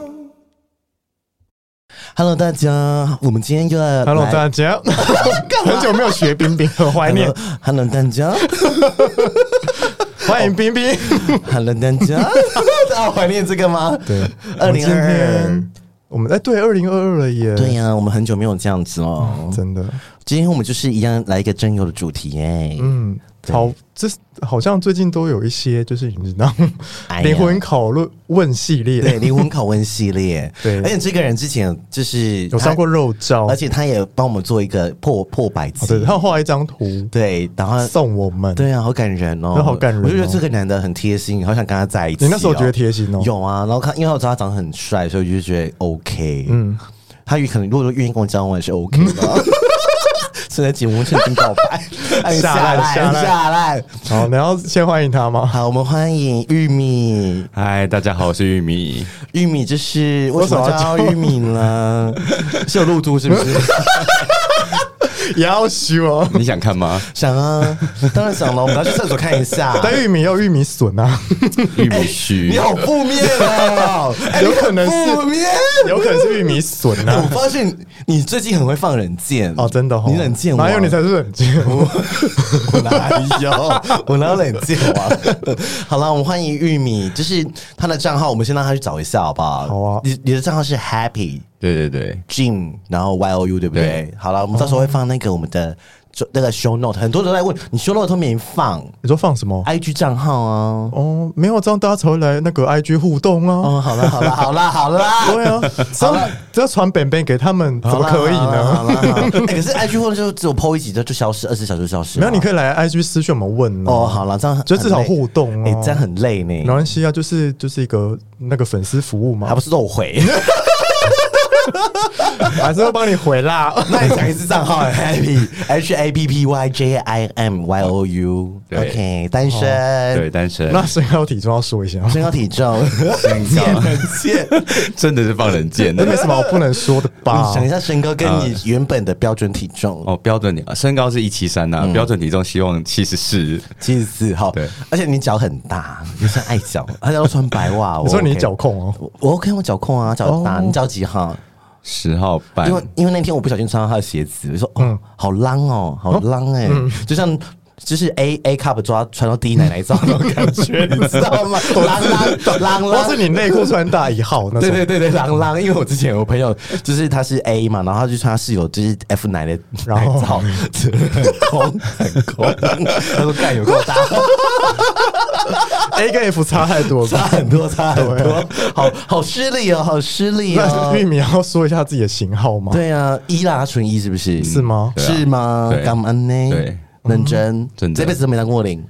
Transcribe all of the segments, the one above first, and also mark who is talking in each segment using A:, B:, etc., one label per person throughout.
A: Hello 大家，我们今天又要
B: Hello，
A: 来
B: 大 家，很久没有学冰冰，很怀念
A: Hello，。Hello 大家
B: 欢迎冰冰。
A: ，Hello 大 家，大家怀念这个吗？
B: 对，
A: 2022
B: 我们今天我们哎，对，二零二二了耶。
A: 对呀、我们很久没有这样子哦。
B: 真的，
A: 今天我们就是一样来一个真友的主题哎、
B: 嗯，
A: 对
B: 好，这好像最近都有一些，就是你知道，
A: 哎呀
B: 灵魂拷论问系列，
A: 对灵魂拷问系列，
B: 对
A: 而且这个人之前就是
B: 有上过肉照，
A: 他，而且他也帮我们做一个破破百
B: 哦
A: 集
B: 对，，他画一张图
A: 对，然后
B: 送我们，
A: 对啊，好感人哦，
B: 真好感人哦
A: 我就觉得这个男的很贴心，好想跟他在一起哦、
B: 你那时候觉得贴心哦？
A: 有啊，然后看，因为我知道他长得很帅，所以我就觉得 OK。
B: 嗯，
A: 他也可能如果说愿意跟我交往也是 OK 的。是在节目趁机告白，按
B: 下
A: 下
B: 来
A: 来
B: 下
A: 下
B: 来
A: 来下来。
B: 好，你要先欢迎他 吗？
A: 好，我们欢迎玉米。
C: 嗨，大家好，我是 玉米。
A: 玉米就是为什么叫玉 米呢？
C: 是有露珠是不是？
B: 要修哦。
C: 你想看吗？
A: 想啊，当然想了，我们要去厕所看一下。
B: 但玉米要玉米笋啊，
C: 玉米须
A: 哎你，好负面哦，哎
B: 有可能
A: 你很负
B: 是
A: 面。
B: 有可能是玉米笋
A: 哎 我
B: 啊。
A: 发现你最近很会放冷箭
B: 哦，真的哦，
A: 你冷箭王，
B: 哪有你才啊是冷箭王？
A: 我
B: 哎
A: 哪有？我哪有冷箭王？好了，我们欢迎玉米，就是他的账号，我们先让他去找一下，好不好？
B: 好啊
A: 你你的账号是 Happy
C: 对对对，
A: Jim，然后 Y O U 对不对？好了，我们到时候会放那个我们的。就那个 show note，很多人都在问你 show note 都没放
B: 你说放什么？
A: ，IG 账号啊。
B: 哦，没有，这样大家才会来那个 IG 互动啊。
A: 哦，好了好了好了好了，
B: 对啊，这样这样传本本给他们 怎么可以呢？
A: 好啦？好啦好啦哎，可是 IG 互动就只有 PO 一集就就消失，二十小时就消失
B: 没
A: 了。
B: 有，你可以来 IG 私讯我们问
A: 哦，
B: 哦。
A: 好了，这样很
B: 就至少
A: 很累
B: 互动哦
A: 哎，这样很累呢
B: 没。关系啊，就是就是一个那个粉丝服务嘛
A: 还，不是后悔？
B: 还是会帮你回 啦。
A: 那你讲一次账号 happy h a p p y j i m y o u
C: 对哦
A: OK 单身，
C: 对，单身，
B: 那身高体重要说一下，
A: 身高体重，
C: 身高
A: 见很见。
C: 真的是放冷 箭
B: 那没什么我不能说的吧
A: 你？想一下身高跟你原本的标准体重，
C: 哦，标准点，身高是一七三呐，
A: 嗯
C: 标准体重希望七十四。
A: 七十四号
C: 对，
A: 而且你脚很大，你是爱脚，而且要穿白袜。 我
B: 你说你
A: OK
B: 脚控哦，
A: 我我 OK，我脚控啊，脚很大。
B: 哦
A: 你脚几号？
C: 十号半
A: 因，为因为那天我不小心穿到他的鞋子，我就说
B: 嗯
A: 哦，好浪哦，好浪哎、就像。就是 A A cup 抓穿到 D 奶奶罩那种感 觉，你知道吗？浪浪浪
B: 或
A: 浪，
B: 是你内裤穿大一号那
A: 对
B: 种，
A: 对对对，狼狼，因为我之前有朋友就是他是 A 嘛，然后他就穿他室友就是 F 奶的
B: 然
A: 奶
B: 后
A: 罩，很空很空，他说干有够 大，
B: A 跟 F 差太多
A: 差
B: 吧？
A: 很多差很多，好好失礼哦，好失礼
B: 那
A: 哦
B: 玉。米要说一下自己的型号吗？
A: 对啊，一啦，他纯一是不是？
B: 哦是吗
C: 对啊
A: 是吗？
C: 对
A: 干嘛呢？
C: 对，嗯
A: 认真，
C: 真的
A: 这辈子都没当过零。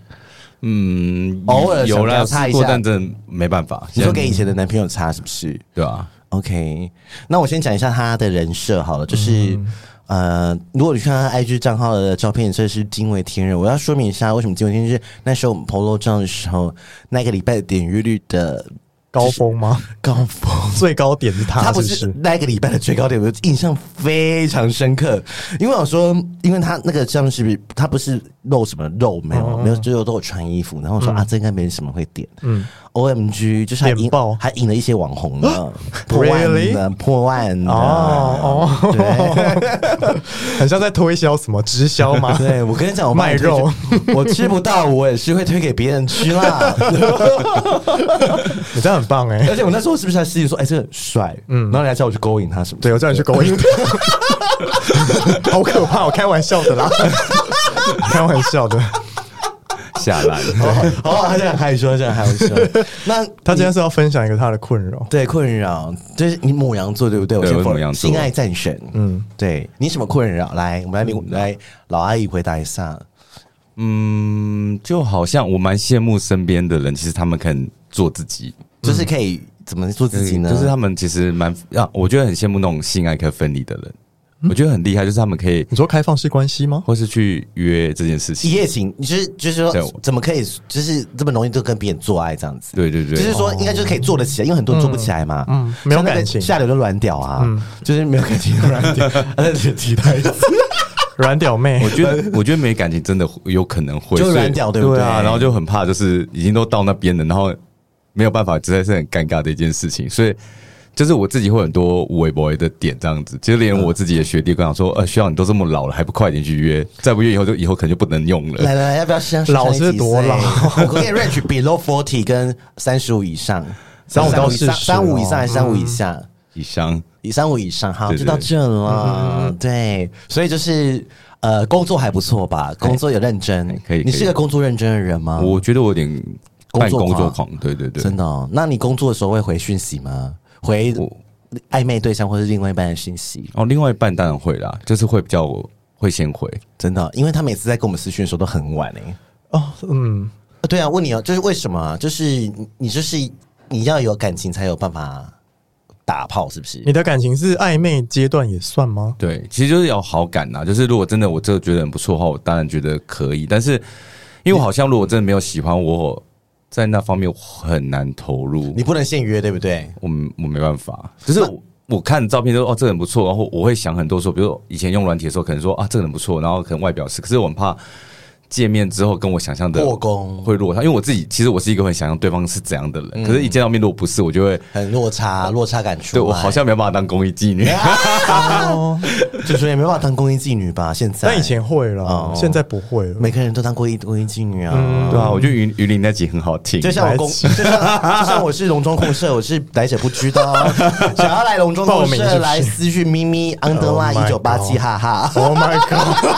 C: 嗯，
A: 偶尔
C: 有啦，
A: 想要擦一
C: 试
A: 下
C: 过，但真的没办法。
A: 你说给以
C: 现在
A: 前的男朋友擦是不是
C: 对啊，
A: ？OK，那我先讲一下他的人设好了，就是、
C: 嗯
A: 呃，如果你看他 IG 账号的照片，这是惊为天人。我要说明一下为什么惊为天人，就是那时候我们 POLO 照的时候，那个礼拜的点阅率的
B: 高峰吗？
A: 高峰。
B: 最高点啊是他，
A: 他不
B: 不
A: 是
B: 是？
A: 那个礼拜的最高点，我印象非常深刻，因为我说，因为他那个像是他不是露什么肉没有，
B: 哦
A: 没有，最后都有穿衣服，然后我说、啊，这应该没什么会点，嗯，O M G，就是还
B: 嗯点
A: 赢
B: 爆
A: 还赢了一些网红呢，破 万
B: Really？
A: 的破万的，
B: 哦 哦，很像在推销什么直销吗？
A: 对，我跟你讲，我帮
B: 卖
A: 你推
B: 肉
A: 荐，我吃不到，我也是会推给别人 吃啦。
B: 你这样很棒哎
A: 而。且我那时候是不是在私信说，哎、这个很帅，嗯，然后你还叫我去勾引他什么？
B: 对，我叫你去勾引他，好可怕！我开玩笑的啦，开玩笑的。
C: 下来，
A: 哦，他这样害羞，这样害羞。 那
B: 他今天是要分享一个他的困扰，
A: 对，困扰就是你母羊座对不对？
C: 对
A: 先
C: 我是
A: 否
C: 母羊座
A: 心爱战神，嗯，对你什么困扰？来，我们来，你
B: 嗯
A: 来，老阿姨回答一下。
C: 嗯，就好像我蛮羡慕身边的人，其实他们肯做自己，
B: 嗯
A: 就是可以怎么做自己呢？
C: 就是他们其实蛮啊，我觉得很羡慕那种性爱可分离的人。
A: 嗯
C: 我觉得很厉害，就是他们可以
B: 你说开放式关系吗？
C: 或是去约这件事
A: 一
C: 情。
A: 夜情，你就是就是
C: 对
A: 说
C: 我，
A: 怎么可以就是这么容易就跟别人做爱这样子？
C: 对对哦
A: 就
C: 对，
A: 是说，应该就是可以做得起来，因为很多人做不起来嘛。
B: 嗯嗯没有
A: 像那个
B: 感情
A: 下流就软屌啊
B: 嗯，
A: 就是没有感情就软 屌，而且提他一次，
B: 软屌妹
C: 我，觉 得我觉得没感情真的有可能会
A: 就
C: 所以
A: 软屌对不对
C: 对啊，然后就很怕，就是已经都到那边了，然后没有办法，实在是很尴尬的一件事情，所以。就是我自己会很多微博的点这样子，其实连我自己的学弟跟我讲说，呃，徐浩你都这么老了，还不快点去约？再不约以后就以后可能就不能用了。
A: 来来来，要不要先
B: 老是多老？
A: 我可以 range below forty 跟三十五以上，
B: 35到
A: 以上，
B: 40
A: 三五以上还是三五以下？
C: 以上
A: 以三五以上，好，
C: 哦对嗯
A: 就到这了。对，所以就是呃，工作还不错吧？工作也认真，
C: 哎可以可以
A: 你是个工作认真的人吗？
C: 我觉得我有点
A: 工
C: 半
A: 作狂
C: 工作狂，对对对，
A: 真的、哦。那你工作的时候会回讯息吗？回
C: 我
A: 暧昧对象或是另外一半的讯息？
C: 哦，另外一半当然会啦，就是会比较会先回，
A: 真的哦、因为他每次在跟我们私讯的时候都很晚哎、
B: 哦，嗯，
A: 呃对啊，问你哦，就是为什么啊？就是你你就是你要有感情才有办法打炮，是不是？
B: 你的感情是暧昧阶段也算吗？
C: 对，其实就是有好感呐。就是如果真的我这个觉得很不错的话，我当然觉得可以。但是因为我好像如果真的没有喜欢我，在那方面我很难投入
A: 你，不能现约，对不对？
C: 我我没办法。就是我我看照片就哦，这个人不错，然后我会想很多说，比如说以前用软体的时候，可能说啊这个人不错，然后可能外表是，可是我很怕。见面之后跟我想象的
A: 破功
C: 会落差，因为我自己其实我是一个很想象对方是怎样的人，可是一见到面如果不是，我就会
A: 很落差，落差感出
C: 对
A: 来。
C: 我好像没有办法当公益妓女。
A: 啊， 就是也没办法当公益妓女吧？现在，
B: 但以前会
A: 哦
B: 了，现在不会了。
A: 每个人都当过一公益妓女啊。
C: 对啊，我觉得云云林那集很好听，
A: 就像我公，
B: 嗯白
A: 就像就像我是龙中控社，我是来者不 拒的哦。想要来龙中控
B: 报名是不
A: 社
B: 是
A: 来私讯咪咪 underline
B: Oh
A: 一
B: my
A: 九八七，
B: God
A: 哈哈。
B: Oh my god！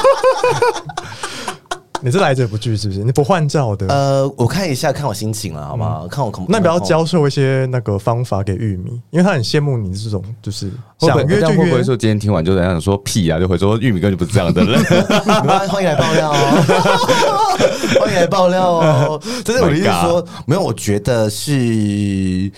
B: 你是来者不拒是不是？你不换照的，
A: 呃，我看一下，看我心情了，好不好？看我恐
B: 嗯那你不要教授一些那个方法给玉米，因为他很羡慕你这种，就是
C: 会不
B: 想
C: 会
B: 约
C: 这
B: 就
C: 哦样会不
B: 约
C: 会。说今天听完就在那想说屁啊，就会说玉米根本就不是这样的 人。
A: 你们 欢迎来爆料 哦，欢迎来爆料哦。但是我的意思是说，没有，我觉得是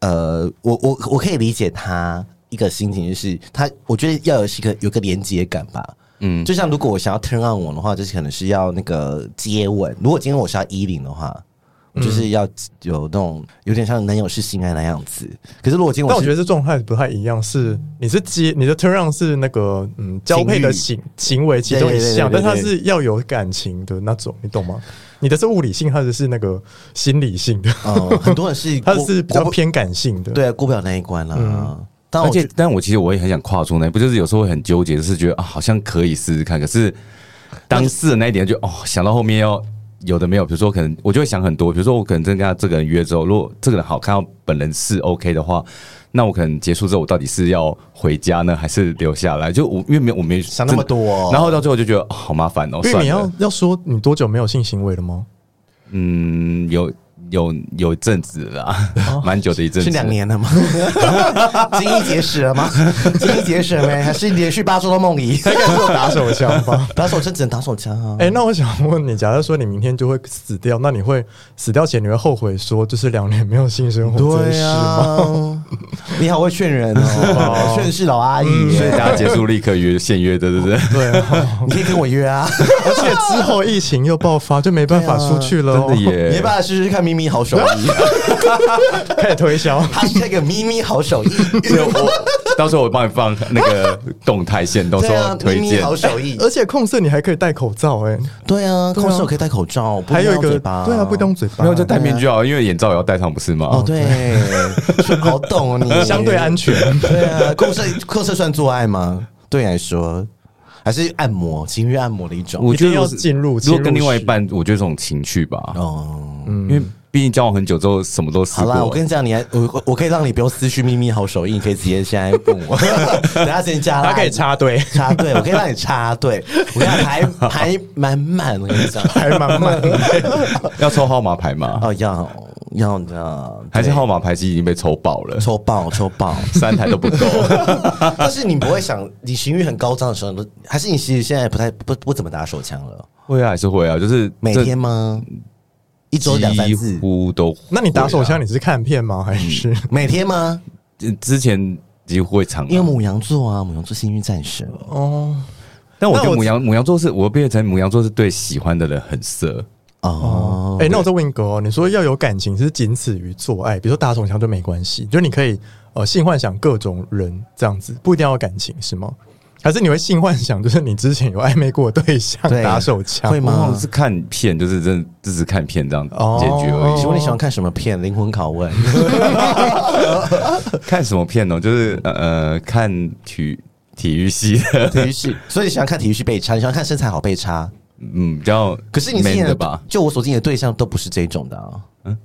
A: 呃，我我我可以理解他一个心情，就是他，我觉得要有是一个有个连接感吧。嗯，就像如果我想要 turn on 我的话，就是可能是要那个接吻。如果今天我是要衣领的话，
B: 嗯
A: 就是要有那种有点像男友是性爱那样子。可是如果今天
B: 但
A: 我
B: 我觉
A: 是
B: 得这状态不太一样，是你是接你的 turn on 是那个嗯交配的行行为其中一项，
A: 对对对对
B: 但
A: 对
B: 它是要有感情的那种，你懂吗？你的是物理性，他的是那个心理性的，
A: 呃，很多人 是
B: 他是比较
A: 过
B: 偏感性的。，
A: 对过不了那一关啦。但我
C: 而
A: 觉
C: 且，但我其实我也很想跨出那一步，就是有时候会很纠结，就是觉得啊，好像可以试试看，可是当试的那一点就哦，想到后面要有的没有，比如说可能我就会想很多，比如说我可能真的跟他这个人约之后，如果这个人好看到本人是 OK 的话，那我可能结束之后，我到底是要回家呢，还是留下来？就我因为没有我没
A: 想那么多啊
C: 然后到最后就觉得、哦好麻烦哦，
B: 玉
C: 算
B: 米
C: 了
B: 要。要说你多久没有性行为了吗？
C: 嗯，有有有一阵子了啦， 蛮、久的一阵子，
A: 是两。年了吗？ 精益节食了吗？精益节食了没？还是连续八周都梦遗？
B: 他应该是有打手枪吧？
A: 打手枪只能打手枪啊！
B: 哎、那我想问你，假如说你明天就会死掉，那你会死掉前你会后悔说就是两年没有性生活这件
A: 对
B: 事吗？
A: 啊，你好会劝人哦，劝世老阿姨耶，
C: 嗯所以大家结束立刻约现约的，对不对？
B: 对啊，
A: 你可以跟我约啊，
B: 而且之后疫情又爆发，就没办法出去了、
C: 啊真
B: 哦
C: 的
A: 你要
C: 耶
A: 不！要试试看咪咪好手艺？
B: 开始推销。
A: 他是那个咪咪好手艺，
C: 所以我到时候我帮你放那个动态线动，
A: 对啊
C: 说，
A: 咪
C: 推
A: 咪
C: 荐。
A: 好手艺，
B: 而且控色你还可以戴口罩、哎，
A: 对啊，空手可以戴口罩，不
B: 还有一
A: 用
B: 个
A: 嘴巴，
B: 对啊，不用嘴巴，
C: 没有就戴面具好了，因为眼罩也要戴上，不是
A: 哦
C: 吗，？
A: 对， 好懂哦，你
B: 相对安全。
A: 对啊，控色控色算做爱吗？对你来说，还是按摩情欲按摩的一种。
C: 我觉得如果
B: 一定要进入
C: 如果跟
B: 进入
C: 另外一
B: 时
C: 半，我觉得这种情趣吧，
A: 哦，
C: 因为毕竟交往很久之后，什么都试
A: 好啦，我
C: 过
A: 跟。你讲，你还我我可以让你不用私讯秘密好手艺，你可以直接现在问 我，等下先加啦，
B: 他可以插队，
A: 插队，我可以让你插队，我跟你讲排排满满，我跟 你讲，
B: 还蛮慢的。
C: 要抽号码牌吗？
A: 哦要要的，
C: 还是号码牌机已经被抽爆了，
A: 抽爆抽 爆。
C: 三台都 不够。
A: 但是你不会想，你情欲很高涨的时候，你都还是你其实现在不太不不怎么打手枪了，
C: 会啊，还是会啊，就是
A: 每
C: 这
A: 天吗？一周两三
C: 几
A: 次，
C: 乎都会啊。
B: 那你打手枪，你是看片吗？还是
A: 每天吗？
C: 之前几乎会常
A: 因为母羊座啊，母羊座幸运战神，
B: 哦，
C: 但我
B: 那
C: 觉得
B: 我
C: 母羊母羊座是我变成母羊座是对喜欢的人很
A: 嗯
C: 色，
A: 哦，
B: 哎、那我再问一个哦，你说要有感情是仅此于做爱，比如说打手枪就没关系，就是你可以呃性幻想各种人这样子，不一定要有感情是吗？还是你会性幻想，就是你之前有暧昧过的对象
A: 对
B: 打手枪
A: 会
C: 我好
A: 吗
C: 像？是看片，就是真的只是看片这样
B: 哦
C: 解决而已。
A: 请问哎你喜欢看什么片？灵魂拷 问，
C: 看什么片呢？就是呃呃，看体体育系的，
A: 体育系，所以你喜欢看体育系被插，你喜欢看身材好被插。
C: 嗯，比较
A: 可是你之
C: man
A: 前
C: 的
A: 的
C: 吧？
A: 就我所见的对象都不是这种的啊，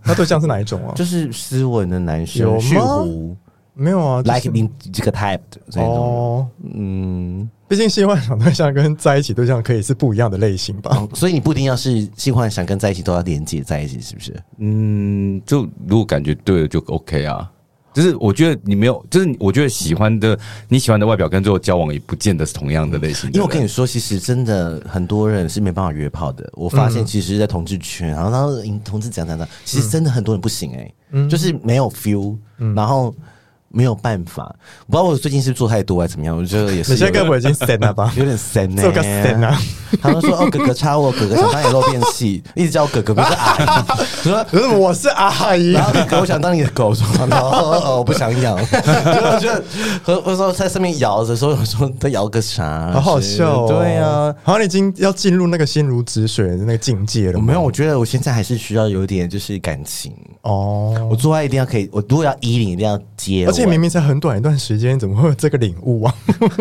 B: 他对象是哪一种啊？
A: 就是斯文的男
B: 有
A: 生，
B: 吗
A: 蓄胡
B: 没有啊、就是
A: ，like me 这个 type 的这种。
B: 哦，
A: 嗯，
B: 毕竟性幻想对象跟在一起对象可以是不一样的类型吧？
A: 哦所以你不一定要是性幻想跟在一起都要连接在一起，是不是？
C: 嗯，就如果感觉对了就 OK 啊。就是我觉得你没有，就是你我觉得喜欢的你喜欢的外表跟最后交往也不见得是同样的类型的人。
A: 因为我跟你说，其实真的很多人是没办法约炮的。我发现，其实，在同志圈，然后然后同志讲讲讲，其实真的很多人不行哎、就是没有 feel，、然后没有办法。我不知道我最近是不是做太多还是怎么样，我觉得也是啊
B: 你现
A: 有
B: 在
A: 点？
B: 该不会已经散了吧
A: 有点神呢、
B: 这个神啊！
A: 他们说哦，哥哥插我，哥哥想当你的肉便器，一直叫我哥哥，不是阿姨。我说
B: 可是我是阿姨
A: 然，后哥哥，我想当你的狗，我说哦哦哦，我不想养。我就和我说在上面摇的时候，我说在摇个啥？
B: 好好笑哦！
A: 对啊，，
B: 好像你已经要进入那个心如止水的那个境界了
A: 我
B: 吗。
A: 没有，我觉得我现在还是需要有点就是感情。
B: 哦，
A: 我做爱一定要可以，我如果要依你，一定要接吻。
B: 而且明明才很短一段时间，怎么会有这个领悟啊？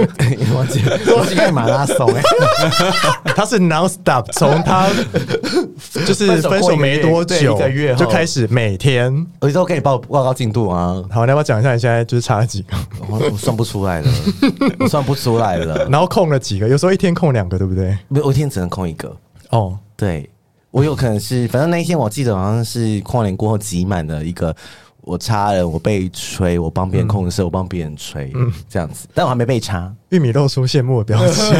A: 忘记了，我是看马拉松 哎、
B: 他是 non stop，从他就是分手没多
A: 分手
B: 久，
A: 过一个月对一个月后
B: 就开始每天。
A: 我都可以报报告进度啊，
B: 好，你要不要讲一下你现在就是差了几 个？
A: 我我算不出来 了，我算不出来了，
B: 然后空了几个？有时候一天空两个，对不对？
A: 没有我一天只能空一个。
B: 哦，
A: 对我有可能是，反正那一天我记得好像是跨年过后挤满了一个。我插人，我被吹，我帮别人控制，我帮别人吹，
B: 嗯
A: 这样子，但我还没 被插，
B: 玉米露出羡慕的表情，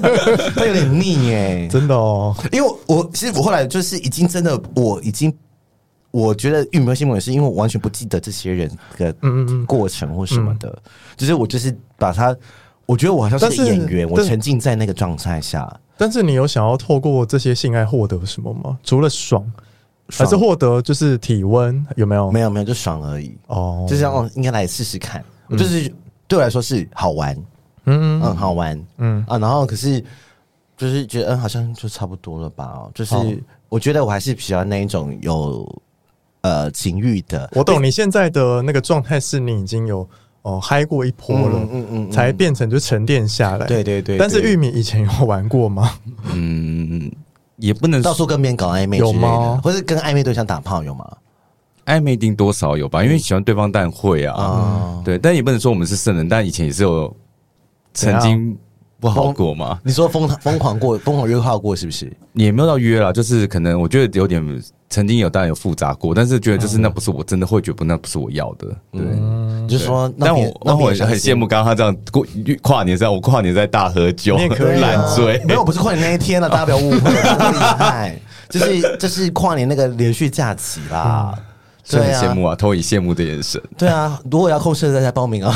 A: 但有点腻耶、
B: 真的哦。
A: 因为我其实我后来就是已经真的，我已经我觉得玉米新闻是因为我完全不记得这些人的
B: 嗯
A: 过程或什么的，就是我就是把它，我觉得我好像
B: 但
A: 是
B: 是
A: 演员，我
B: 但
A: 沉浸在那个状态下，
B: 但是你有想要透过这些性爱获得什么吗？除了爽，还
A: 爽
B: 是获得就是体温？有没有？
A: 没有没有就爽而已，
B: 哦，
A: 就这样哦，应该来试试看，就是对我来说是好玩，
B: 嗯
A: 嗯，好玩，
B: 嗯
A: 嗯啊，然后可是就是觉得嗯，好像就差不多了吧、哦，就是
B: 好
A: 我觉得我还是喜欢那一种有呃情欲的，
B: 我懂你现在的那个状态是你已经有哦嗨过一波了，
A: 嗯嗯嗯嗯
B: 才变成就沉淀下来。
A: 对对对
B: 但是
A: 对
B: 玉米以前有玩过吗？
C: 嗯，也不能
A: 到处跟别人搞暧昧之类
B: 有吗
A: 的，或是跟暧昧对象打炮有吗？
C: 暧昧一定多少有吧，因为喜欢对方当然会啊，
A: 啊、
C: 对，但也不能说我们是圣人，但以前也是有曾经不好过嘛，
A: 你说疯疯狂过、疯狂约炮过是不是？
C: 也没有到约啦，就是可能我觉得有点曾经有当然有复杂过，但是觉得就是那不是我真的会觉得那不是我要的，对。
A: 你就说，那
C: 但
A: 别
C: 我但我很羡。慕刚刚他这样过跨年在，我跨年在大喝酒，
B: 你也可以啊
C: 烂醉
A: 别人想，没有，不是跨年那一天啊了，大家不要误会，我真的厉害，就是就是跨年那个连续假期啦，
C: 所以
A: 对
C: 很羡
A: 啊
C: 慕，啊，投以羡慕的眼神。
A: 对啊，如果要控制的大家报名啊，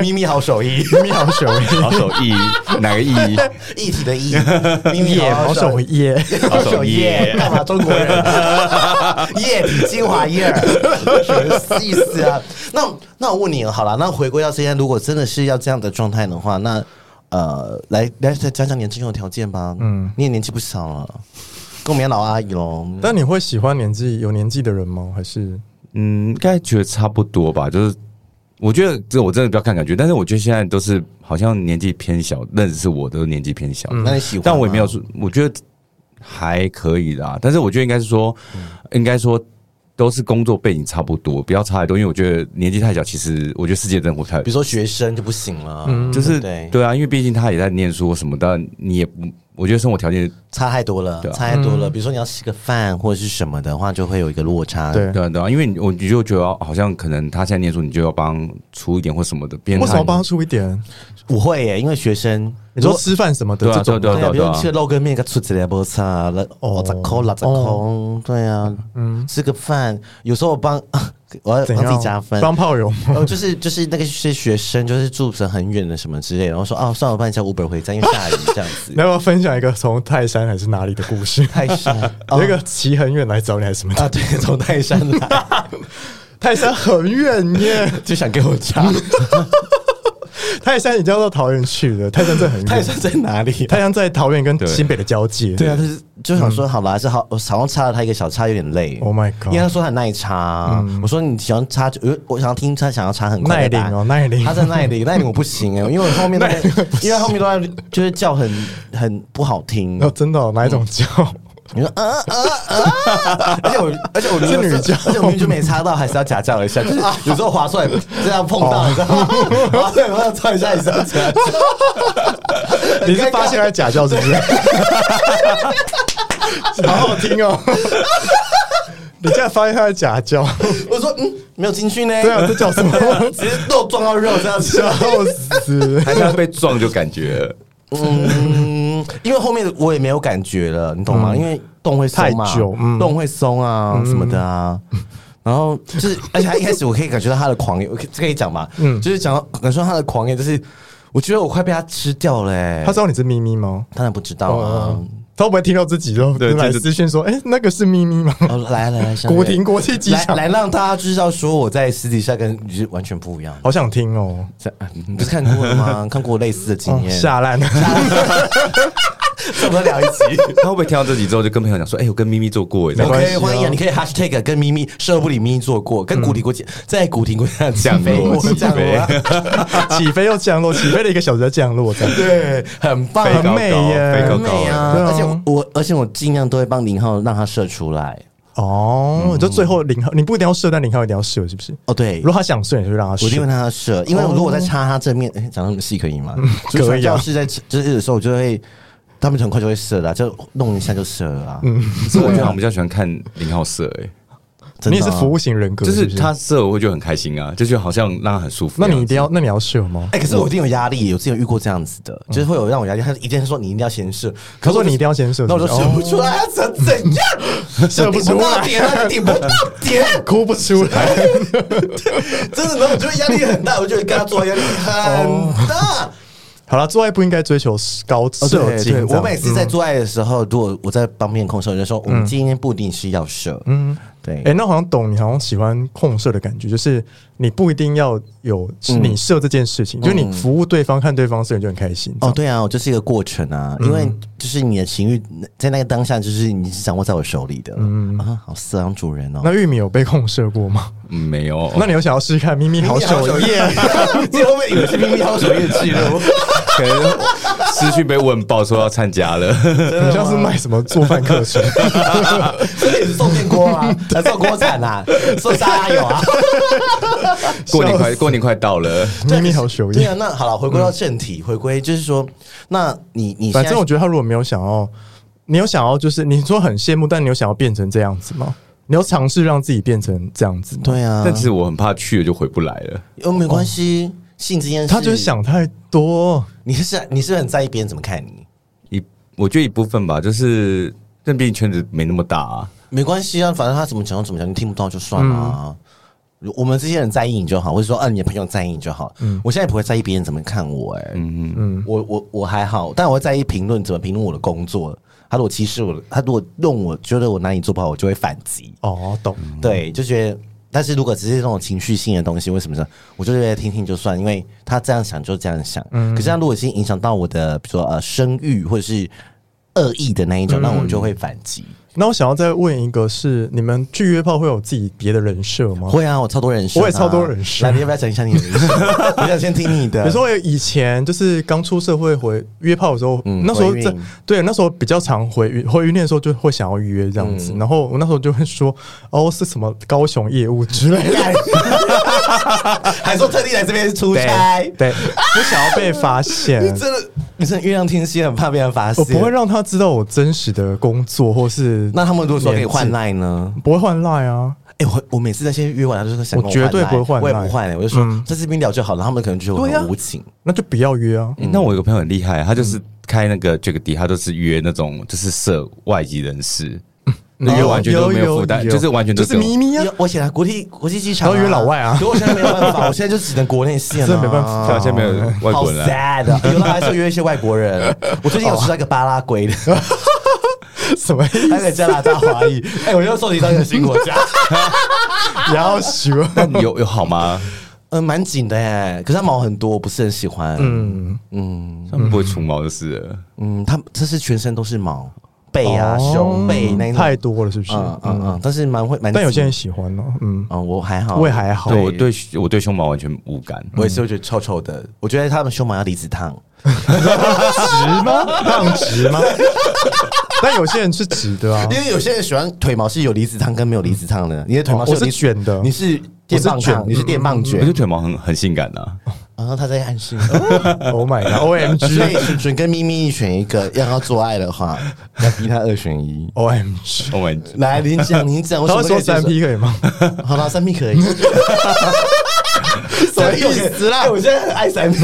A: 咪咪好手艺，
B: 玉米好手
C: 好手艺，哪个艺？
A: 一体的艺，咪咪
B: 耶，
A: 好
B: 好手
A: 手艺，
B: 耶，
C: 好手
A: 液
C: 液，
A: 干嘛中国人？液体精华液儿，什么意思啊？那那我问你，好了，那回归到现在，如果真的是要这样的状态的话，那呃，来来再讲讲年轻人的条件吧。嗯，你也年纪不小了，跟我们一样老阿姨喽。
B: 但你会喜欢年纪有年纪的人吗？还是
C: 嗯，应该觉得差不多吧。就是我觉得这我真的不要看感觉，但是我觉得现在都是好像年纪偏小，认识我都年纪偏小，
A: 那你喜欢吗？
C: 但我也没有说，我觉得还可以啦。但是我觉得应该是说，应该说都是工作背景差不多，不要差太多，因为我觉得年纪太小，其实我觉得世界真的会太
A: 比如说学生就不行了，嗯，
C: 就是
A: 对，
C: 对啊，因为毕竟他也在念书什么的，你也不，我觉得生活条件
A: 差太多了，
C: 对啊
A: 差太多了。比如说你要吃个饭或者是什么的话，就会有一个落差。
B: 对
C: 对啊对啊，因为你我你就觉得好像可能他现在念书，你就要帮出一点或什么的，变
B: 为什么帮他出一点？
A: 我会耶，因为学生
B: 你说吃饭什么的
C: 对啊
B: 这种
C: 对啊
B: 吗，
A: 对啊，比如
C: 对啊
A: 你吃个肉羹面，个出子来不差，那
B: 哦
A: 五十块、六十块，对啊，嗯，吃个饭，有时候我帮， 我要
B: 怎
A: 帮自
B: 样
A: 己加分。
B: 当炮友吗？
A: 哦，就是就是那个是学生，就是住得很远的什么之类的，然后说哦，算了，我帮你叫 Uber 回家，因为下雨这样子
B: 你。要不要分享一个从泰山还是哪里的故事？
A: 泰山，
B: 有一
A: 哦
B: 个骑很远来找你还是 什么的？
A: 啊，对，从泰山来，
B: 泰山很远耶，
A: 就想给我查
B: 泰山已经要到桃园去了，泰山真的很远。
A: 泰山在哪里？
B: 太阳在桃园跟
C: 对
B: 新北的交界。
A: 对啊，就是就想说，好吧，是好，我好像插了他一个小插，有点累。
B: 嗯，Oh my
A: 因为他
B: god，嗯
A: 说他很耐插，我说你喜欢插，我我想要听他想要插很
B: 耐
A: 快的
B: 龄
A: 答案
B: 哦，耐龄
A: 他。在 那里，那里我不行哎、因为我后面那个，因为后面都在就是叫很很不好听，
B: 哦，真的哦，哪一种
A: 嗯
B: 叫？
A: 你说呃呃 呃，而且我而且我
B: 是女教
A: 而且我明明就没插到，还是要假叫一下， 就是有时候划出来这样碰到，你知道吗？
B: 哦
A: 划出来我要擦一下，也是要假叫。
B: 你是发现他假叫是不是？好好听哦。 你竟然发现他在假叫，
A: 我说嗯，没有进去呢。
B: 对啊，这叫什么？
A: 直接肉撞到肉这样 子。
B: 笑死！
C: 还是他被撞就感觉了
A: 嗯，因为后面我也没有感觉了，你懂吗？因为洞会松嘛
B: 嗯太久，嗯
A: 洞会松啊什么的啊。然后就是，而且他一开始我可以感觉到他的狂野，我可以这可以讲吧？嗯，就是讲到感受到他的狂野，就是我觉得我快被他吃掉了、欸。
B: 他知道你是咪咪吗？哦
A: 当然不知道啊。
B: 他会不会听到自己就
C: 对
B: 来
C: 就是
B: 私讯说：“哎，那个是咪咪吗
A: 哦，来来来，香
B: 国
A: 姐
B: 庭国际机
A: 来
B: 场
A: 来让大家知道说我在私底下跟你是完全不一样？”。
B: 好想听哦，
A: 这你不是看过了 吗？看过类似的经
B: 哦
A: 验，
B: 下烂。
A: 受不了一集。
C: 他会不会听到这集之后就跟朋友讲说：“哎、我跟咪咪做过耶，
B: 没
C: 这
B: 关
C: 样
B: 系
A: OK，
B: 啊
A: 欢迎啊！你可以 hashtag 跟咪咪社不里咪做过，跟古体国际在古体国际上
C: 降落
A: 我降落啊，
B: 起飞又降落，起飞了一个小时再降落，这样
A: 对，很棒，
C: 飞
B: 很
C: 高
B: 美
C: 高
B: 耶
C: 飞高欸
A: 很
C: 高
A: 美啊！
B: 对啊
A: 而且我我而且我尽量都会帮林浩让他射出来。
B: 哦，就最后零号，你不一定要射，但零号一定要射，是不是？
A: 哦，对
B: 如，果他想射，你就让他
A: 我一定会
B: 射。
A: 让他射，因为如果我在插他正面，诶讲那么细可以吗？
B: 可以啊
A: 就是教室在就是有时候我就会，他们很快就会射了啊，就弄一下就射了啊。嗯，
C: 可是我觉得我比较喜欢看林浩射、哎，
A: 啊
B: 你也是服务型人格，
C: 就是
B: 不
C: 他。射我会觉得很开心啊，就觉得好像让他很舒服。
B: 那你一定要，那你要射吗？
A: 哎、可是我一定有压力，我之前有遇过这样子的，就是会有让我压力。他一定说你一定要先射，
B: 他说
A: 我就
B: 你一定要先射，
A: 那我就射不出来，怎怎样？
B: 射不出
A: 顶到
B: 来，
A: 点啊，顶不到点，
B: 哭不出来。
A: 真的，然后我就压力很大，我就跟他做爱压力很
B: 哦
A: 大。
B: 好了，做爱不应该追求高射精。这样
A: 我每次在做爱的时候，如果我在帮别人控射，我就说我们今天不一定是要射，嗯， 对
B: 嗯哎、，那好像懂你好像喜欢控射的感觉，就是你不一定要有你射这件事情，就是你服务对方、看对方射，你就很开心。
A: 哦，对啊，我就是一个过程啊，因
B: 嗯
A: 为就是你的情欲在那个当下，就是你是掌握在我手里的，嗯啊，好色狼主人哦，
B: 那玉米有被控射过吗？
C: 嗯没有，
B: 那你有想要试试 看咪哦咪好手艺？
A: 夜， 这会不会以为是秘密好手夜俱乐部？
C: 可能失去被问爆说要参加 了，
B: 你像是卖什么做饭课 程？
A: 这也是送电锅吗？ 还送锅铲啊？送沙拉油啊？
C: 过年快过年快到了，
B: 咪咪好手
A: 对
B: 艺。
A: 啊，那好了，回归到正题，回归就是说，那你你现
B: 反
A: 在
B: 正我觉得他如果没有想要，你有想要就是你说很羡慕，但你有想要变成这样子吗？你有尝试让自己变成这样子吗？
A: 对啊，
C: 但其实我很怕去了就回不来了。
A: 又没关系，性这件事，
B: 他就是，想太多。
A: 你是你是不是很在意别人怎么看你？
C: 一我觉得一部分吧，就是但毕竟圈子没那么大啊。
A: 没关系啊，反正他怎么讲就怎么讲，你听不到就算了、啊。我们这些人在意你就好，或者说，嗯、你的朋友在意你就好。我现在也不会在意别人怎么看我、哎，嗯嗯，我我我还好，但我会在意评论怎么评论我的工作。他如果歧视我的，他如果用我觉得我哪里做不好，我就会反击。
B: 哦，懂。
A: 对，就觉得。但是如果只是那种情绪性的东西，为什么呢？我就觉得听听就算，因为他这样想就这样想。可是他如果已经影响到我的，比如说呃声誉或者是恶意的那一种，那我就会反击。
B: 那我想要再问一个是，你们去约炮会有自己别的人设吗？
A: 会啊，我超多人生、啊，
B: 哦我也超多人生
A: 来，你要不要讲一下你的人生？ 我想先听你的。
B: 比如说我以前就是刚出社会回约炮的时候，
A: 嗯
B: 那时候
A: 回
B: 在
A: 晕
B: 对那时候比较常回晕回云念的时候就会想要约这样子，然后我那时候就会说哦是什么高雄业务之类 的，
A: 还说特地来这边出差，
B: 对，对不想要被发现
A: 你。真的，你真的月亮天蝎，很怕被人发现。
B: 我不会。让他知道我真实的工作，或是
A: 那他们如果说可以换
B: 年纪
A: line 呢？
B: 不会换赖啊，
A: 哎、我我每次那些约完，他就说想跟
B: 我绝对
A: 换 Line，
B: 不会换
A: 我也
B: Line 嗯
A: 不换、欸，我就说、在这边聊就好了。他们可能觉得我
B: 对啊
A: 很无情。
B: 那就不要约啊。
C: 欸那我有个朋友很厉害，他就是开那个这个底，他都是约那种就是涉外籍人士，那嗯约完全都没有负担，
B: 哦有有有
C: 就是完全都
B: 就是是咪咪啊
A: 因为，我写了国际国际机场、啊，
B: 然后约老外啊
A: 可我现在没有办法，我现在就只能国内线了、啊，
B: 真的没办法
C: 对啊，现在没有外
A: 好
C: 国人来，
A: sad，啊 有的还是约一些外国人。我最近有吃到一个巴拉圭的，
B: 什么意 思？
A: 还有加拿大华裔。哎、我又受你到一个新国家，
B: 要求
C: 但有有好吗？
A: 嗯，蛮紧的哎、可是它毛很多，我不是很喜欢。嗯
B: 嗯，
A: 嗯
C: 他们不会除毛就是了。
A: 嗯，它这是全身都是毛，背啊、
B: 哦
A: 胸背那种。
B: 太多了，是不是？
A: 嗯嗯嗯，但是蛮会蛮紧。
B: 但有些人喜欢哦，嗯，
A: 嗯，我还好，
B: 我也还好
C: 对，我对我对胸毛完全无感。
A: 我也是会觉得臭臭的。我觉得他们胸毛要离子烫。
B: 直吗？烫直吗？但有些人是直的啊，
A: 因为有些人喜欢腿毛是有离子烫跟没有离子烫的，你的腿毛
B: 哦
A: 嗯是有
B: 我是
A: 离子
B: 卷的
A: 你是电棒
B: 我是卷
A: 烫，你是电棒
C: 我觉
A: 卷嗯
C: 得。腿毛很很性感啊，
A: 然后他在暗 示你，
B: Oh my
A: 所以
B: god！OMG！OMG！
A: 纯纯跟咪咪选一个，要要做爱的话，要逼他二选一。
C: 我们
A: 来，您讲，您讲，我
B: 他会
A: 什么
B: 说
A: 都可
B: 三
A: 以接
B: P 可以吗？
A: 受，好了，三 P 可以。什么意思啦？我现在很爱三 P，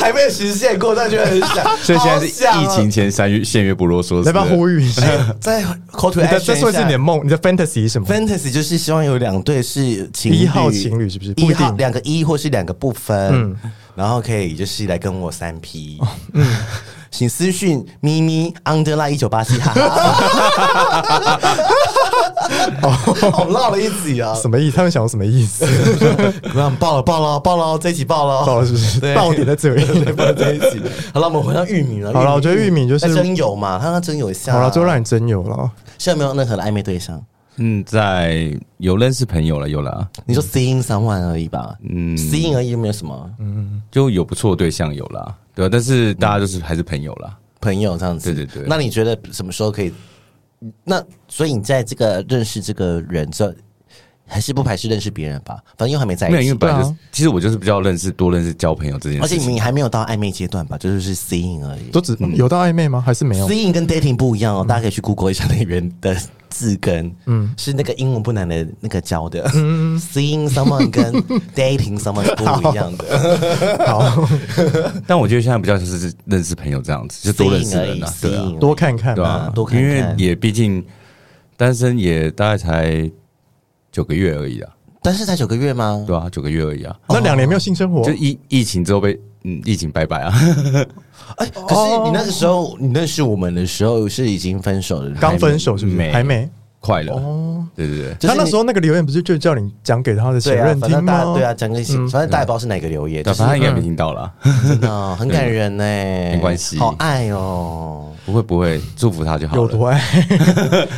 A: 还没有实现过，但觉得很想。
C: 所以现在是
A: 好想
C: 疫
A: 哦
C: 情前三月限约不啰嗦，
B: 来吧，
C: 是不是
B: 呼吁一下，
A: 在口吐
B: 你的
A: 爱
B: 再
A: 圈
B: 说一次
A: 下
B: 你的梦，你的 fantasy 是什么？
A: fantasy 就是希望有两对是情侣，
B: 一号情侣是不是不
A: 一
B: 一定
A: 号两个一或是两个不分，然后可以就是来跟我三 P，嗯，请私讯咪咪 underline 一九八七，哈哈哈好绕了一集啊！
B: 什么意思？他们想要什么意思？
A: 不要爆了，爆了，爆了，这一集爆了，
B: 爆了是不是
A: 对
B: 爆点在这里
A: 对爆了这一集。好了，我们回到玉米了。
B: 好了我觉得玉米就是
A: 那真有嘛，他要真有一下。
B: 好了，最后让你真有了。
A: 现在没有任何的暧昧对象。
C: 嗯，在有认识朋友了，有了，
A: 你说 seeing someone 而已吧，嗯
C: 嗯
A: ，seeing 而已又没有什么
C: 就有不错的对象有啦，对啊吧？但是大家就是还是朋友啦。
A: 朋友这样子。
C: 对对对
A: 那你觉得什么时候可以？那所以你在这个认识这个人之后，还是不排斥认识别人吧？反正又还没在
C: 没有，
A: 一
C: 因为
A: 起，
C: 本来就是
B: 对，啊
C: 其实我就是比较认识多认识交朋友这件
A: 而
C: 事
A: 且
C: 情。
A: 你还没有到暧昧阶段吧？就是 seeing 而已。
B: 都只有到暧昧吗？还是没有？
A: seeing 跟 dating 不一样
C: 嗯
A: 哦，大家可以去 Google 一下那边的字根，嗯，是那个英文不难的那个教的。seeing
C: 嗯
A: someone 跟 dating someone 是不一样的，
B: 好，嗯
C: 但我觉得现在比较就是认识朋友这样子，就多认识
A: seeing 而
C: 人
A: 已
C: 啊，对啊，
A: ，seeing
B: 多看看
C: 对
B: 吧。
C: 啊
A: 多，看看
C: 因为也毕竟单身也大概才九个月而已啊，
A: 但是才九个月吗？
C: 对啊，九个月而已啊，
B: 那两年没有性生活
C: 就，疫疫情之后被嗯疫情拜拜啊，
A: 哎、可是你那个时候，你认识我们的时候是已经分手了，
B: 刚分手是不是？
C: 没
B: 还没。
C: 快乐，
B: 哦
C: 对对对，
A: 就是
B: 他
A: 你
B: 那时候那个留言不是就叫你讲给他的前
A: 对啊，
B: 任
A: 反
B: 听
A: 正大
B: 吗？
A: 家对啊，，讲个信，反正大家也不知道是哪个留言，就
C: 但
A: 是
C: 嗯啊反正他应该没听到啦，
B: 嗯
A: 真的哦很感人呢、
C: 没关系
A: 好爱哦。
C: 不会不会，祝福他就好了，
B: 有多爱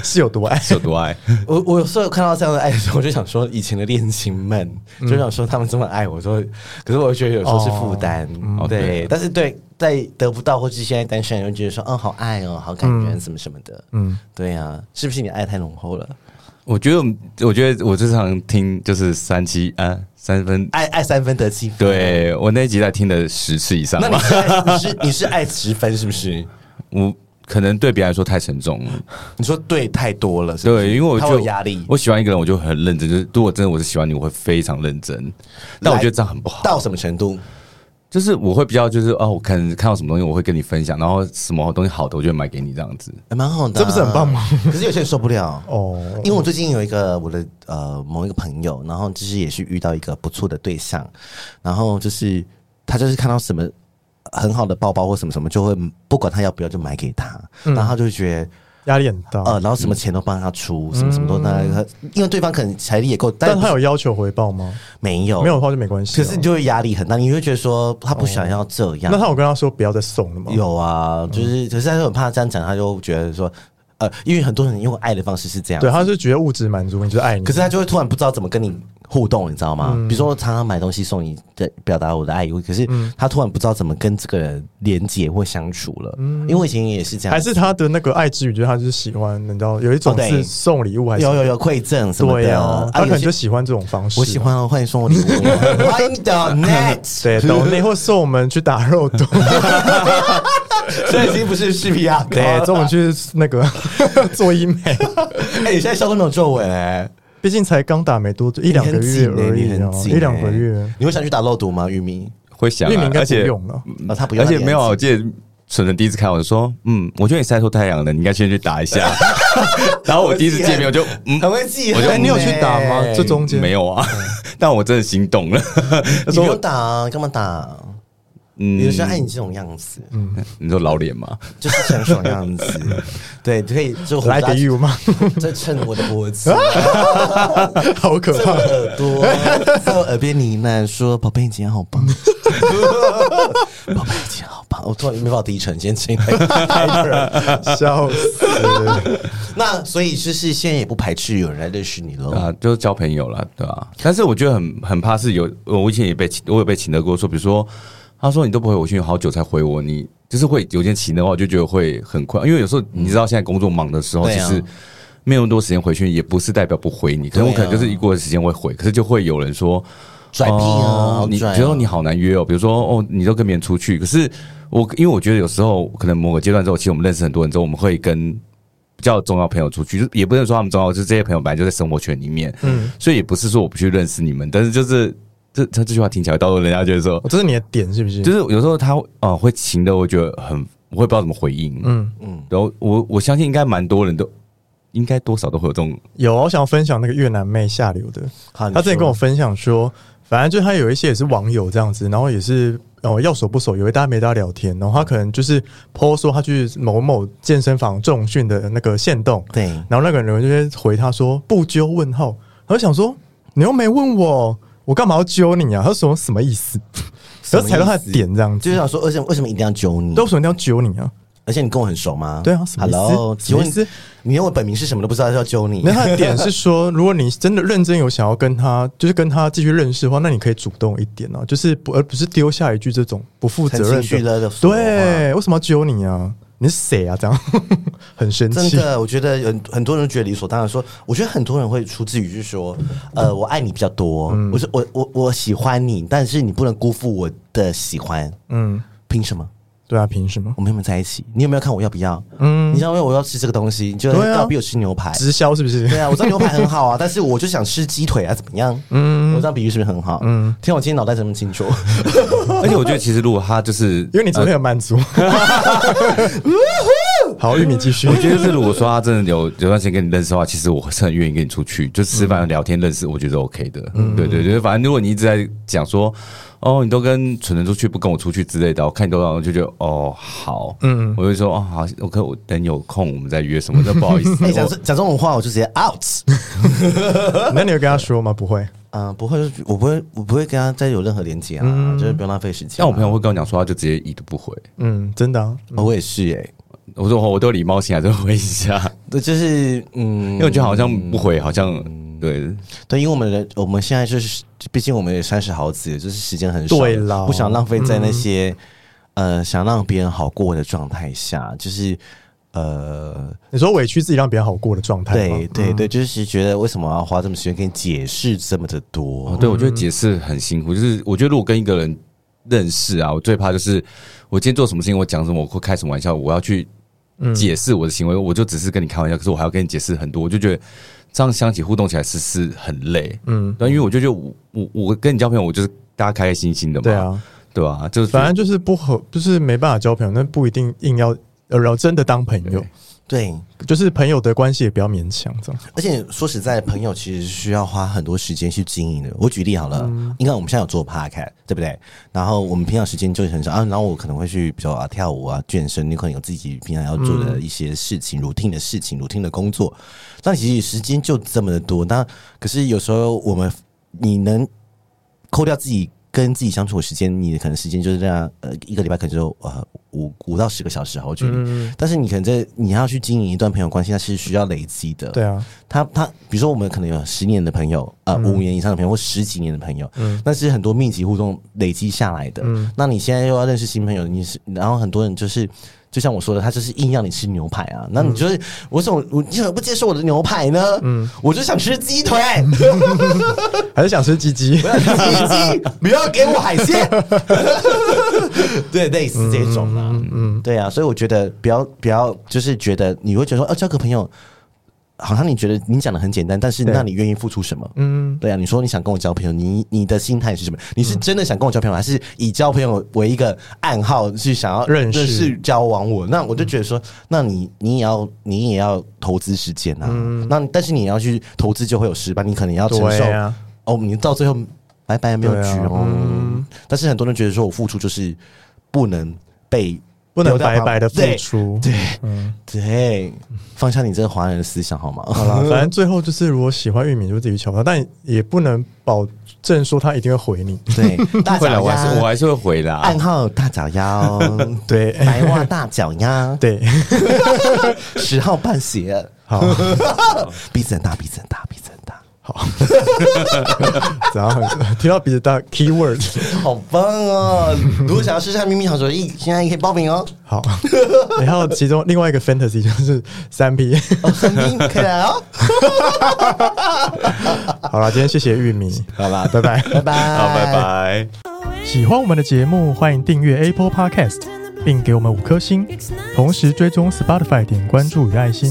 B: 是有欸多爱，
C: 是有多爱，
A: 我我有时候看到这样的爱的时候，我就想说以前的恋情们，就想说他们这么爱我，说，可是我又觉得有时候是负担，
C: 嗯哦
A: 对
C: 对，
A: 但是对在得不到或是现在单身，人就觉得说，嗯，好爱哦，好感人，什么什么的，嗯，对啊，是不是你的爱太浓厚了？
C: 我觉得我们，我觉得我最常听就是三七啊三分，
A: 爱爱三分得七分，
C: 对我那一集在听了十次以上
A: 那你
C: 吧。
A: 是爱你是你是爱十分是不是？
C: 我可能对别人来说太沉重了，
A: 你说对太多了是不是，
C: 对，因为我
A: 嗯他
C: 就
A: 会有压力。
C: 我喜欢一个人，我就很认真，就是如果真的我是喜欢你，我会非常认真。但我觉得这样很不好，
A: 到什么程度？
C: 就是我会比较就是哦，我可能看到什么东西我会跟你分享，然后什么东西好的我就会买给你这样子。
A: 还蛮好的、啊
B: 这不是很棒吗？
A: 可是有些人受不了
B: 哦
A: 因为我最近有一个我的呃某一个朋友，然后就是也是遇到一个不错的对象，然后就是他就是看到什么很好的包包或什么什么，就会不管他要不要就买给他，
B: 嗯
A: 然后他就会觉得。
B: 压力很大。
A: 呃，然后什么钱都帮他出，什么什么都帮他，因为对方可能财力也够，
B: 嗯但
A: 不
B: 他有要求回报吗？
A: 没有
B: 没有的话就没关系
A: 哦可
B: 啊。
A: 是你就会压力很大，你会觉得说他不想要这样。
B: 那他有跟他说不要再送了吗？
A: 有啊，就是可是他就很怕这样讲，他就觉得说，呃，因为很多人用爱的方式是这样
B: 对，，他是觉得物质满足你就是爱你，
A: 可是他就会突然不知道怎么跟你互动，你知道吗？比如说我常常买东西送你，的表达我的爱意，可是他突然不知道怎么跟这个人连接或相处了，因为我以前也是这样，
B: 还是他的那个爱之语，就是他就是喜欢，你知道有一种
A: 哦对
B: 是送礼物还是
A: 有有有馈赠什么
B: 对
A: 的，
B: 呀，他
A: 啊，
B: 可
A: 有
B: 能就
A: 些
B: 喜欢这种方式。
A: 我喜。欢哦，欢迎送我礼物，欢迎 net，
B: 对，懂内或送我们去打肉毒，
A: 这已经不是视频啊，
B: 对，送我们去那 个做医美，
A: 哎，你现在笑都没有皱纹哎。
B: 毕竟才刚打没多久，一
A: 你
B: 两
A: 很
B: 个月
A: 紧欸
B: 而已
A: 你
B: 啊
A: 很，紧
B: 一两个
A: 欸
B: 月。
A: 你会想去打肉毒吗？玉米，
C: 会想、
B: 玉米
C: 啊
B: 应，该
C: 而
B: 不
C: 且
B: 用了，
A: 啊，他不要，
C: 而且没有啊，我，记得纯纯第一次看，我就说，嗯，我觉得你晒错太阳了，你应该先去打 一下。然后我第一次见面，我就嗯，
A: 很会记恨欸。
C: 我就
B: 哎，你有去打吗？这中间
C: 没
B: 有，
C: 有啊，
A: 嗯
C: 但我真的心动了。 他
A: 你不
C: 说
A: 用，打啊，干嘛打？
C: 嗯
A: 有时候爱你这种样子，
C: 你说老脸吗？
A: 就是这样这种样子。 对，可以就
B: 来给 you 吗？
A: 再蹭我的脖子，
B: 好可
A: 蹭
B: 怕！
A: 我耳朵， 在我耳边呢喃说：“宝贝，你今天好棒， 宝贝，你今天好棒。”我突然没办法低沉，今天声音太太热。
B: 笑死！
A: 那所以就是现在也不排斥有人来认识你喽。
C: 啊，就是交朋友了，对吧、但是我觉得很很怕是有，我以前也被请，我有被请得过说，比如说他说你都不回我讯，好久才回我，你就是会有些请的话，我就觉得会很快，因为有时候你知道现在工作忙的时候，
A: 对
C: 其
A: 啊
C: 实没有那么多时间回讯，也不是代表不回你，可能我
A: 啊
C: 可能就是一过的时间会回，可是就会有人说。
A: 拽屁啊
C: 哦
A: 好
C: 你
A: 拽啊
C: 觉得你好难约哦。比如说，哦，你都跟别人出去，可是我因为我觉得有时候可能某个阶段之后，其实我们认识很多人之后，我们会跟比较重要朋友出去，就是也不能说他们重要，就是这些朋友本来就在生活圈里面，嗯，所以也不是说我不去认识你们，但是就是这他这句话听起来，到时候人家就会
A: 嗯
C: 说，
B: 这是你的点是不是？
C: 就是有时候他啊、呃会情的，我觉得很我会不知道怎么回应，嗯
B: 嗯，
C: 嗯，然后我我相信应该蛮多人都应该多少都会有这 种
B: 有啊，我想要分享那个越南妹下流的，
A: 好，你
B: 她之前
A: 说
B: 跟我分享说，反正就她有一些也是网友这样子，然后也是呃要熟不熟，有一搭没搭聊天，然后她可能就是 PO 说她去某某健身房重训的那个线动，
A: 对
B: 然后那个人就会回她说不揪问号，然后想说你又没问我，我干嘛要揪你啊？她说什么意思？然后踩到她的点这样
A: 就
B: 子，
A: 是想说，为什么为什么一定要揪你？
B: 都为什么一定要揪你啊？
A: 而且你跟我很熟吗？
B: 对啊什么意思
A: ，Hello，
B: 什么意思
A: 请问你连我本名是什么都不知道，要揪你
B: 那？他的点是说，如果你真的认真有想要跟他，就是跟他继续认识的话，那你可以主动一点啊，就是不而不是丢下一句这种不负 责
A: 很情绪
B: 任
A: 勒
B: 的
A: 索啊的
B: 对，为什么要揪你啊？你是谁啊？这样很生
A: 真
B: 气。
A: 的，我觉得有很多人觉得理所当然说，我觉得很多人会出自于就是说，呃，我爱你比较多，
B: 嗯
A: 我是我我我喜欢你，但是你不能辜负我的喜欢，
B: 嗯，
A: 凭什么？
B: 对啊，凭什么？
A: 我们有没有在一起？你有没有看我要不要？
B: 嗯
A: 你知道因为我要吃这个东西，你就
B: 对啊
A: 要逼我吃牛排。
B: 直销是不是？
A: 对啊，我知道牛排很好啊， 但是我就想吃鸡腿啊，怎么样？嗯，我这样比喻是不是很好？嗯，天啊，我今天脑袋怎么清楚？
C: 而且我觉得其实如果他就是
B: 因为你昨天有满足。
A: 呃
B: 好，玉米继续
C: 我。 觉得是，如果说他真的有有段时间跟你认识的话，其实我是很愿意跟你出去，就吃饭聊天认识，我觉得 OK 的。对对对，反正如果你一直在讲说，哦，你都跟蠢蠢出去，不跟我出去之类的，我看你都让我就觉得哦好，嗯，我就说哦好，我可我等有空我们再约什么的，不好意思，
A: 哎，讲
C: 我
A: 这讲这种话我就直接 out。
B: 那你有跟他说吗？不会。
A: 嗯、不会，我不会，我不会跟他再有任何连接啊，就是不用浪费时间、
C: 像
A: 啊。
C: 嗯我朋友会跟我讲说，他就直接已读不回，
B: 嗯，真的啊。
A: 哦，我也是哎、
C: 我说哦我都有礼貌性还是会回一下，
A: 对，就是嗯，
C: 因为我觉得好像不回好像对。
A: 对，因为我们人我们现在就是，毕竟我们也三十好几了，就是时间很少，
B: 对啦
A: 不想浪费在
C: 嗯
A: 那些、呃想让别人好过的状态下，就是呃，
B: 你说委屈自己让别人好过的状态吗
A: 对对
C: 嗯
A: 对，就是觉得为什么要花这么时间跟你解释这么的多？
C: 哦，对，我觉得解释很辛苦。就是我觉得如果跟一个人认识啊，我最怕就是我今天做什么事情，我讲什么，我会开什么玩笑，我要去解释我的行为，我就只是跟你开玩笑，可是我还要跟你解释很多，我就觉得这样相起互动起来是是很累。嗯，但因为我就觉得我我我跟你交朋友，我就是大家开开心心的嘛，
B: 对，啊。
C: 对吧、就是
B: 反正就是不合，就是没办法交朋友，那不一定硬要呃，然后真的当朋友，
A: 对，
B: 就是朋友的关系也不要勉强这样。
A: 而且说实在，朋友其实是需要花很多时间去经营的。我举例好了，应该我们现在有做 p o d c a s 对不对？然后我们平常时间就很少啊，然后我可能会去，比如说啊跳舞啊、健身，你可能有自己平常要做的一些事情、routine 的事情、routine 的工作。但其实时间就这么的多，那可是有时候我们你能扣掉自己跟自己相处的时间，你可能时间就是这样，呃，一个礼拜可能就呃五五到十个小时好，我觉得。
B: 嗯
A: 但是你可能在你要去经营一段朋友关系，它是需要累积的。
B: 对啊，
A: 他他，比如说我们可能有十年的朋友，呃，五、年以上的朋友或十几年的朋友，那是很多密集互动累积下来的。那你现在又要认识新朋友，你是，然后很多人就是，就像我说的，他就是硬要你吃牛排啊，那你就是，我怎么我你怎么不接受我的牛排呢？我就想吃鸡腿，
B: 还是想吃鸡鸡
A: 我。要吃鸡，不要给我海鲜。 对，类似这种呃啊，嗯，对啊，所以我觉得不要不要，就是觉得你会觉得说，哦，交个朋友好像你觉得你讲的很简单，但是
B: 对
A: 那你愿意付出什么？
B: 嗯，
A: 对啊，你说你想跟我交朋友，你你的心态是什么？你是真的想跟我交朋友，还是以交朋友为一个暗号，是想要
B: 认识
A: 交往我？那我就觉得说，那你你也要你也要投资时间啊。那但是你要去投资，就会有失败，你可能要承受、
B: 对啊，
A: 哦，你到最后拜拜没有
B: 对啊
A: 局哦。
B: 嗯
A: 但是很多人觉得说我付出就是不能被
B: 不能
A: 丢掉
B: 白
A: 旁
B: 白的付
A: 对
B: 出。
A: 对
B: 嗯，
A: 对，放下你这个华人的思想好吗？
B: 好啦， 反正最后就是，如果喜欢玉米就自己瞧吧，但也不能保证说他一定会回你。
A: 对，大
C: 会来，
A: 脚
C: 我还是我
A: 丫，
C: 还是会回的啊、
A: 暗号大脚丫，哦
B: 对
A: 白袜大脚丫，
B: 对，
A: 十号半鞋，
B: 好，
A: 鼻子很大，鼻子很大，鼻子很大，
B: 然后 听到鼻子大 keyword，
A: 好棒哦！ 如果想要试试看秘密好手艺，现在也可以报名哦。
B: 好， 然后其中另外一个 fantasy 就是三 P。
A: 哦，声音 可以来哦。
B: 好啦，今天谢谢玉米，
A: 好啦，
B: 拜拜。
A: 拜拜，
C: 好，拜。拜。
B: 喜欢我们的节目，欢迎订阅 Apple Podcast，并给我们五颗星，同时追踪 Spotify 点关注与爱心。